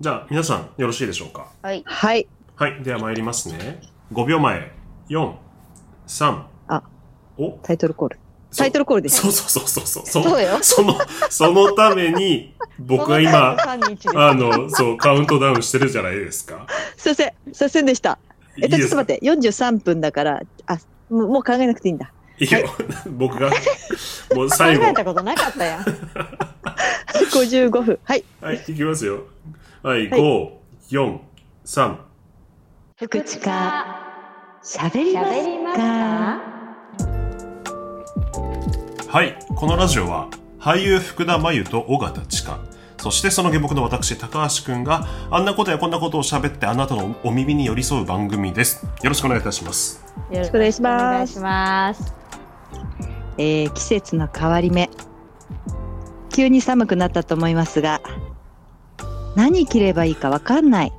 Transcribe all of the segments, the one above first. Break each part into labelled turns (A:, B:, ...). A: じゃあ、皆さん、よろしいでしょうか。
B: はい。
C: はい。
A: はい。では、参りますね。5秒前。4、3、
C: あ
A: お
C: タイトルコール。タイトルコールです。
A: そうそうそうそうそう。そ
B: そうよ。
A: その、そのため に、僕は今、
C: 3、2、1です。
A: あの、そう、カウントダウンしてるじゃないですか。
C: すいません。すいませんでした。
A: い
C: え
A: い
C: っと、ち
A: で
C: ょっ
A: す
C: と
A: か
C: 待って、43分だから、あ、もうもう考えなくていいんだ。
A: いいよ。 僕が、もう
B: 考
A: 最後。
B: えたことなかったやん。
C: 55分。はい。
A: はい、いきますよ。はい、
C: はい
A: 5、4、3。
B: 福地か
C: 喋
B: 喋りますか
A: はい、このラジオは俳優福田真由と尾形千佳そしてその下僕の私高橋くんがあんなことやこんなことを喋ってあなたのお耳に寄り添う番組ですよろしくお願いいたします
B: よろ
C: しくお願いします
B: お願いします
C: えー季節の変わり目急に寒くなったと思いますが何着ればいいかわかんない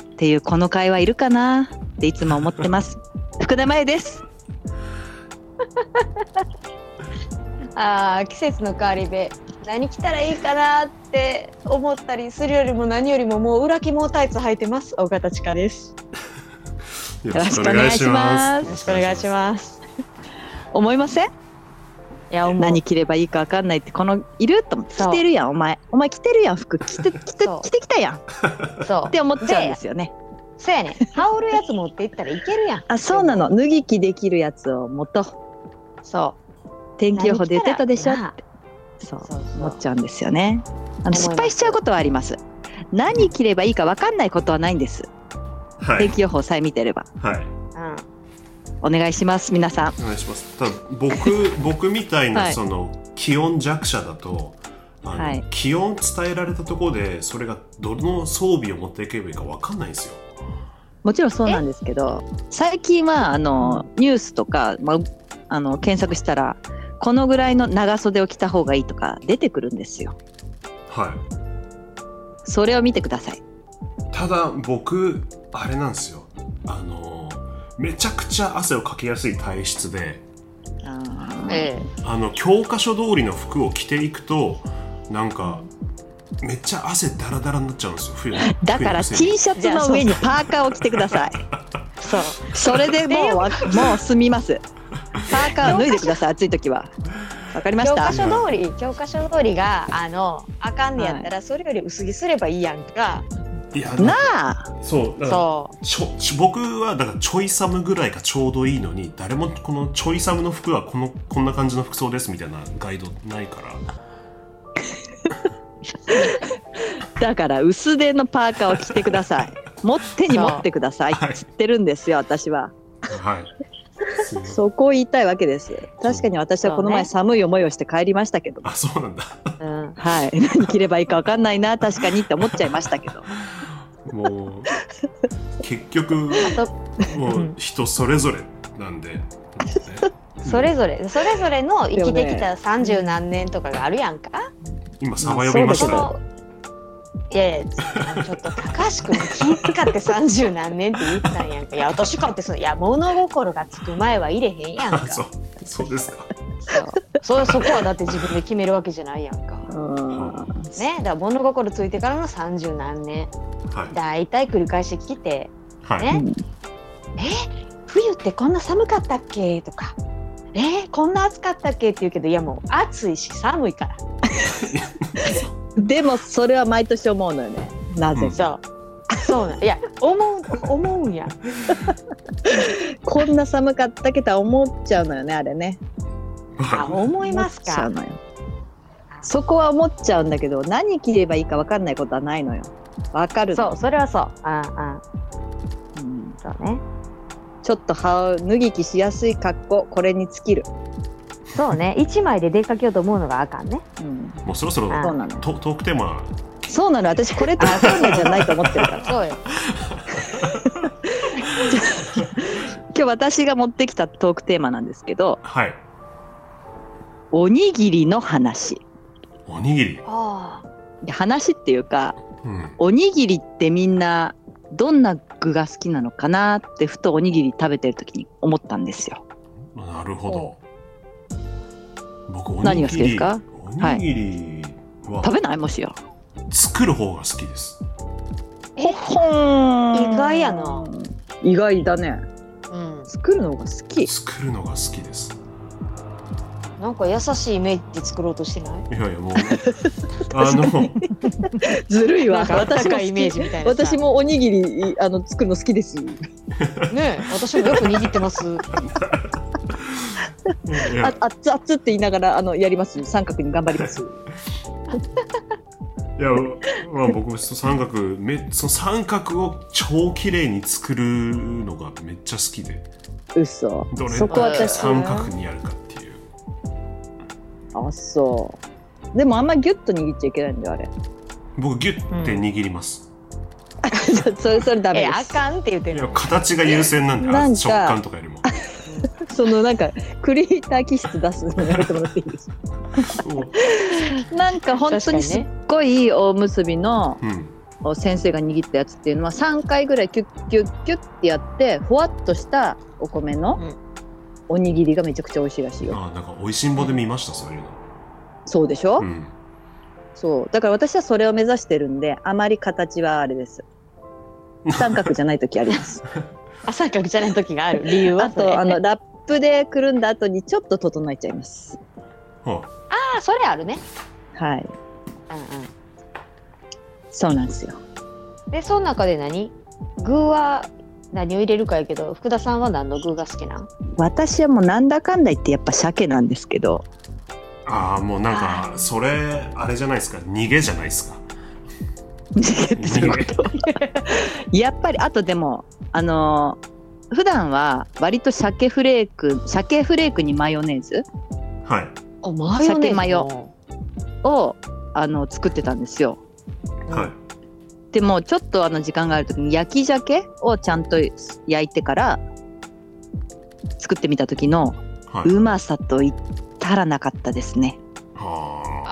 C: っていうこの会話いるかなっていつも思ってます福田真由です
B: あー季節の変わり目何着たらいいかなって思ったりするよりも何よりももう裏肝タイツ履いてます尾形千佳です
A: よ
C: ろしくお願いします
B: よろしくお願いします
C: 思いません
B: いや思う
C: 何着ればいいかわかんないってこのいると思って
B: そう
C: 着てるやんお前お前着てるやん服着 て着て
B: そう
C: 着てきたやんっ
B: そう
C: て思っちゃうんですよね
B: そうやね羽織るやつ持っていったらいけるやん
C: あそうなの脱ぎ着できるやつをもと
B: そう
C: 天気予報で言ってたでしょ
B: 何着らな
C: そう
B: そうそう
C: 思っちゃうんですよね。あの
B: 思います
C: 失敗しちゃうことはあります。何着ればいいか分かんないことはないんです。
A: は
C: 天
A: い、
C: 気予報さえ見てれば。
A: はい、
B: うん
C: お願いします、皆さん。
A: お願いしますただ僕僕みたい
C: は
A: ないその気温弱者だとあの
C: はい
A: 気温伝えられたところでそれがどの装備を持っていけばいいかわかんないんですよ
C: もちろんそうなんですけど、最近はあのニュースとか、まあ、あの検索したら、このぐらいの長袖を着た方がいいとか出てくるんですよ。
A: はい
C: それを見てください。
A: ただ僕あれなんですよあのめちゃくちゃ汗をかきやすい体質で
C: え
B: え
A: あの教科書通りの服を着ていくとなんかめっちゃ汗だらだらになっちゃうんですよ冬の
C: えだから
A: 冬の
C: T シャツの上にパーカーを着てください。
B: えそう
C: それでもうわもう済みます。パーカーを脱いでください。暑い時は。わかりまし
B: 教
C: た
B: 科。書通り教科書通りがあのあかんねやったらそれより薄着すればいいやんか、
A: せいや
C: な
A: な
C: あ。
A: そうだから
B: そう
A: ちょちょ僕はだからちょい寒ぐらいがちょうどいいのに誰もこのちょい寒の服はこのこんな感じの服装ですみたいなガイドないから
C: だから薄手のパーカーを着てください。持ってに持ってください。
A: はい
C: つってるんですよ、私は。
A: はいすいません
C: そこを言いたいわけです。確かに私はこの前寒い思いをして帰りましたけど。
A: あそうなんだ
B: うん、
C: はい、 何着ればいいかわかんないな確かにって思っちゃいましたけど
A: もう結局
B: と
A: もう人それぞれなんで、
B: それぞれそれぞれの生きてき
C: でも
B: た三十何年とかがあるやんか、
A: 今サバ呼びまし
B: そ
A: たよ
B: のいやいやちょっと高橋君気使って三十何年って言ったんやんかいや私かってそのいや物心がつく前は入れへんやんか
A: あ そうそうですか
B: そうそそこはだって自分で決めるわけじゃないやんか
C: うーん
B: ねだから物心ついてからの三十何年
A: はい
B: だいたい繰り返してきて
A: はい、
B: ね冬ってこんな寒かったっけとかえー、こんな暑かったっけって言うけどいやもう暑いし寒いから
C: でもそれは毎年思うのよねなぜ、
A: うん
B: そうそうなんいや思う思うんや
C: こんな寒かったけど思っちゃうのよねあれね
B: あ
A: は
B: 思います
C: 思っちゃ
B: か
C: うのよそこは思っちゃうんだけど何着ればいいかわかんないことはないのよわかるの
B: そうそれはそううんうん
C: うん
B: そうね
C: ちょっと羽を脱ぎ着しやすい格好これに尽きる、
B: そうね一枚で出かけようと思うのがあかんね
C: うん、
A: い、もうそろそろ
B: あ
C: そうなの
A: トトークテーマ
C: そうなの私これって分かんないじゃないと思って るから
B: そうよ
C: 今日私が持ってきたトークテーマなんですけど
A: はい
C: おにぎりの話
A: おにぎり、
B: ああ
C: で話っていうか
A: うん、
C: おにぎりってみんなどんな具が好きなのかなってふとおにぎり食べてる時に思ったんですよ
A: なるほど僕お
C: 何
A: に
C: が好
A: ぎ
C: きで
A: り
C: すか
A: おにぎりは
C: 食べないもしよ
A: 作る方が好きです
C: ほほん
B: 意外やな
C: 意外だね
B: うん、
C: 作るのが好き
A: 作るのが好きです
B: なんか優しいイメージ作ろうとしてない
A: いやいやもうあの
C: ずるいわ
B: なんか
C: 私も
B: 高
C: 好
B: い
C: き
B: イメージみたいなさ
C: 私もおにぎりあの作るの好きです
B: ねえ私もよく握ってます
A: い
C: あ
A: や
C: あっつあっつって言いながらあのやります三角に頑張ります
A: いや、まあ、僕もその三角めその三角を超綺麗に作るのがめっちゃ好きで
C: 嘘
A: どれ
C: そこ
A: だけ
C: 私
A: 三角にやるかっていう
C: あそうでもあんまギュッと握っちゃいけないんだよあれ
A: 僕ギュッて握ります、
C: それそれダメ
B: え
C: で
B: あ
C: す
B: かんって言って
A: い
B: る
A: や形が優先なんで
C: な
A: あ
C: んか
A: 食感とかよりも
C: そのなんかクリエイター気質出すのやめてもらっていいですか
A: そう
C: なんか本当にすっごいいいおむすびの
A: うん
C: 先生が握ったやつっていうのは3回ぐらいキュッキュッキュッってやってふわっとしたお米の
B: うん
C: おにぎりがめちゃくちゃ美味しいらしいよ、
A: あなんか美味しんぼで見ましたそういうの
C: そうでしょ、
A: うん
C: そうだから私はそれを目指してるんであまり形はあれです三角じゃない時あります
B: あ三角じゃない時がある理由は
C: あ
B: それ
C: とあのラップでくるんだ後にちょっと整えちゃいます
A: は
B: あそれあるね
C: はい
B: うん
C: そうなんですよ
B: うんでその中で何具は何を入れるかやけど福田さんは何の具が好きなん
D: 私はもうなんだかんだ言ってやっぱ鮭なんですけど
A: ああもうなんかそれあれじゃないですか逃げじゃないですか逃げ
D: やっぱりあとでもあのー普段は割と鮭フレーク鮭フレークにマヨネーズ
A: はい
B: あマ
D: ヨネーズも鮭マヨをあの作ってたんですよ。
A: はい
D: でもちょっとあの時間がある時に焼き鮭をちゃんと焼いてから作ってみた時の
A: はいう
D: まさと言ったらなかったですね。
A: は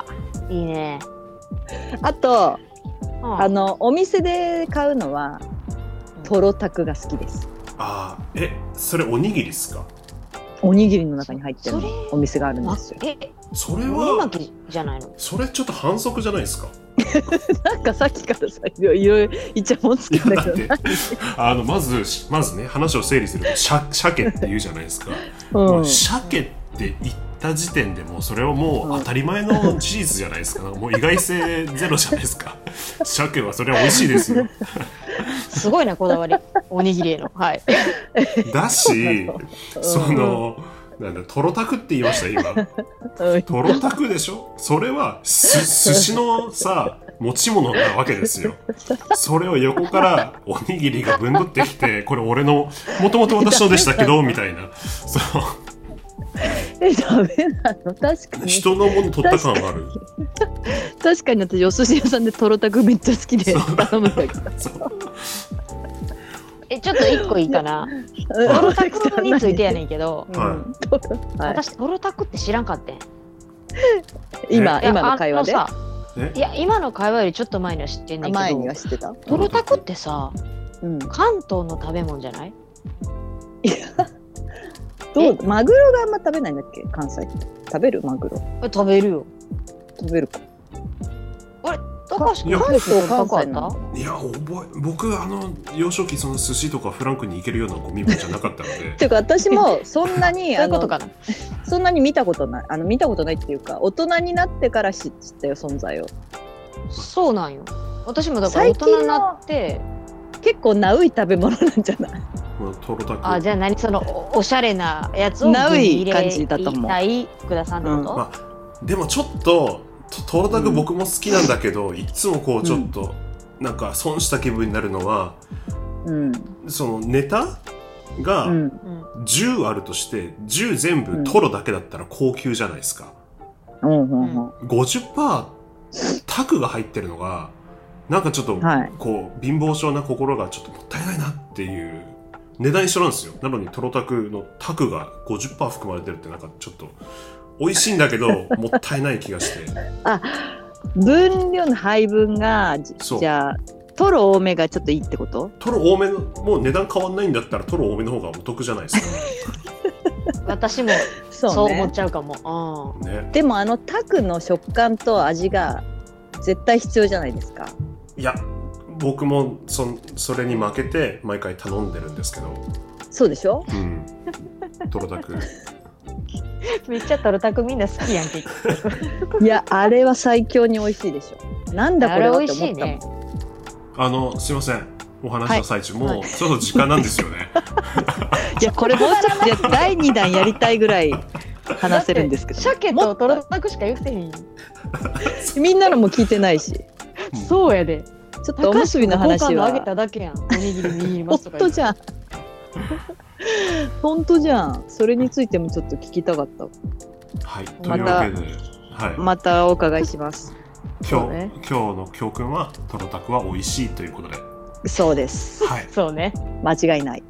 B: あーいいね、
C: あと
B: うん
C: あのお店で買うのはとろたくが好きです
A: ああーえそれおにぎりですか
C: おにぎりの中に入ってる
B: それ
C: お店があるんで
B: ます
C: よ
B: え
A: それ
B: 海
A: は
B: 巻きじゃないの
A: それちょっと反則じゃないですか
C: なんかさっきからさいろいろいちゃもんつ
A: い
C: け
A: や
C: た
A: だ
C: け
A: っ
C: ど
A: てあのまずしまずね話を整理す るとしゃ鮭って言うじゃないですか、
C: う
A: ま
C: ん
A: あ、鮭って言った時点でもうそれはもう当たり前の事実じゃないですかなんかもう意外性ゼロじゃないです か鮭はそれは美味しいですよ
B: すごいなこだわ りおにぎりへのはい
A: だし
C: うん
A: その、なんだトロタクって言いました今
C: うん
A: トロタクでしょそれは す寿司のさ持ち物なわけですよそれを横からおにぎりがぶんどってきてこれ俺のもともと私のでしたけどみたいなそう
C: えダメなの確かに
A: 人のもの取った感はある
C: 確かに私お寿司屋さんでトロたくめっちゃ好 きで頼むんだ けど
A: そう
B: えちょっと一個いいかなトロタクについてやねんけど、
C: うん
A: は
C: はい
B: 私トロタクって知らんかってん
C: 今
B: いや
C: 今の会話で
B: あのさ
A: え
B: いや今の会話よりちょっと前には知ってんねんけ
C: 前に
B: ど
C: はしてた
B: トロタクってさ
C: うん
B: 関東の食べ物じゃない
C: どうマグロがあんま食べないんだっけ関西食べるマグロ
B: え食べるよ
C: 食べるか
B: 高橋
A: いや
B: 君関東関西
C: な
B: な
C: の
A: いや覚え僕あの幼少期その寿司とかフランクに行けるようなゴミ箱じゃなかったので
C: ていうか私もそんな
B: そう
C: に
B: い
C: あ
B: うこ
C: の
B: とかな
C: そんなに見たことないあの見たことないっていうか大人になってから知知ったよ存在を
B: そうなんよ私もだから大人になって
C: 結構ナウい食べ物なんじゃない
A: まあトロタク
B: あじゃあ何そのおおしゃれなやつを
D: ナウい
B: 具に入れ
D: 感じだと思う
B: たい福田さんってこと、
A: うんまでもちょっととトロタク僕も好きなんだけど、いつもこうちょっと、なんか損した気分になるのは
C: うん
A: そのネタ
C: う
A: が
C: ん
B: うん
A: 10あるとして10全部トロだけだったら高級じゃないですか、
C: うんうんうん
A: 50%タクが入ってるのがなんかちょっと、
C: はい
A: こう貧乏症な心がちょっともったいないなっていう値段一緒なんですよなのにトロタクのタクが50%含まれてるってなんかちょっと美味しいんだ けどもったいない気がして
C: 分量の配分がじ
A: そう
C: じゃあトロ多めがちょっといいってこと
A: トロ多めのもう値段変わんないんだったらトロ多めの方がお得じゃないです
B: 私も
C: そ
B: そう思っちゃうかも
A: かね
C: でもあのタクの食感と味が絶対必要じゃないですか
A: いや僕もそそれに負けて毎回頼んでるんですけど、
C: そうでしょ
A: うん、トロタク
B: めっちゃトロタクみんな好きやんけ。
C: いやあれは最強に美味しいでしょなんだこ
B: あ
C: れ
B: れ
C: はっ
B: 美
C: て
B: 味しい
C: 思ったもん、
B: ね。
A: あのすいませんお話の最中、もうそろそろ時間なんですよね
E: いやこれもうちょっとじゃあ第2弾やりたいぐらい話せるんですけど
B: 鮭とトロタクしか言ってへん。
C: みんなのも聞いてないしち
B: そうやで。
C: ょっとおむすびの話
B: あげ
C: は
B: ただけやん。おにぎり握りま
C: 本
B: すとか言
C: 当
B: って。
C: じゃん 本当じゃんそれについてもちょっと聞きたかった
A: はいと
E: ま
A: いう
E: た
A: わけで、はい
E: またお伺いします
A: 今
B: そ
A: 日、
B: うね
A: 今日の教訓はトロタクは美味しいということで、は
C: そうです
A: い、
B: そうね。
C: 間違いない